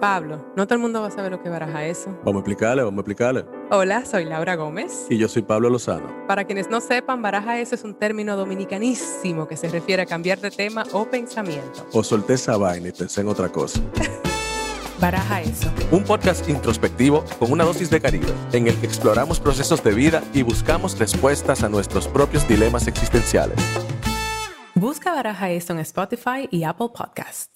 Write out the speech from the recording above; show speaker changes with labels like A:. A: Pablo, no todo el mundo va a saber lo que baraja eso.
B: Vamos a explicarle, vamos a explicarle.
A: Hola, soy Laura Gómez.
B: Y yo soy Pablo Lozano.
A: Para quienes no sepan, baraja eso es un término dominicanísimo que se refiere a cambiar de tema o pensamiento.
B: O solté esa vaina y pensé en otra cosa.
A: Baraja eso.
B: Un podcast introspectivo con una dosis de caribe, en el que exploramos procesos de vida y buscamos respuestas a nuestros propios dilemas existenciales.
A: Busca baraja eso en Spotify y Apple Podcasts.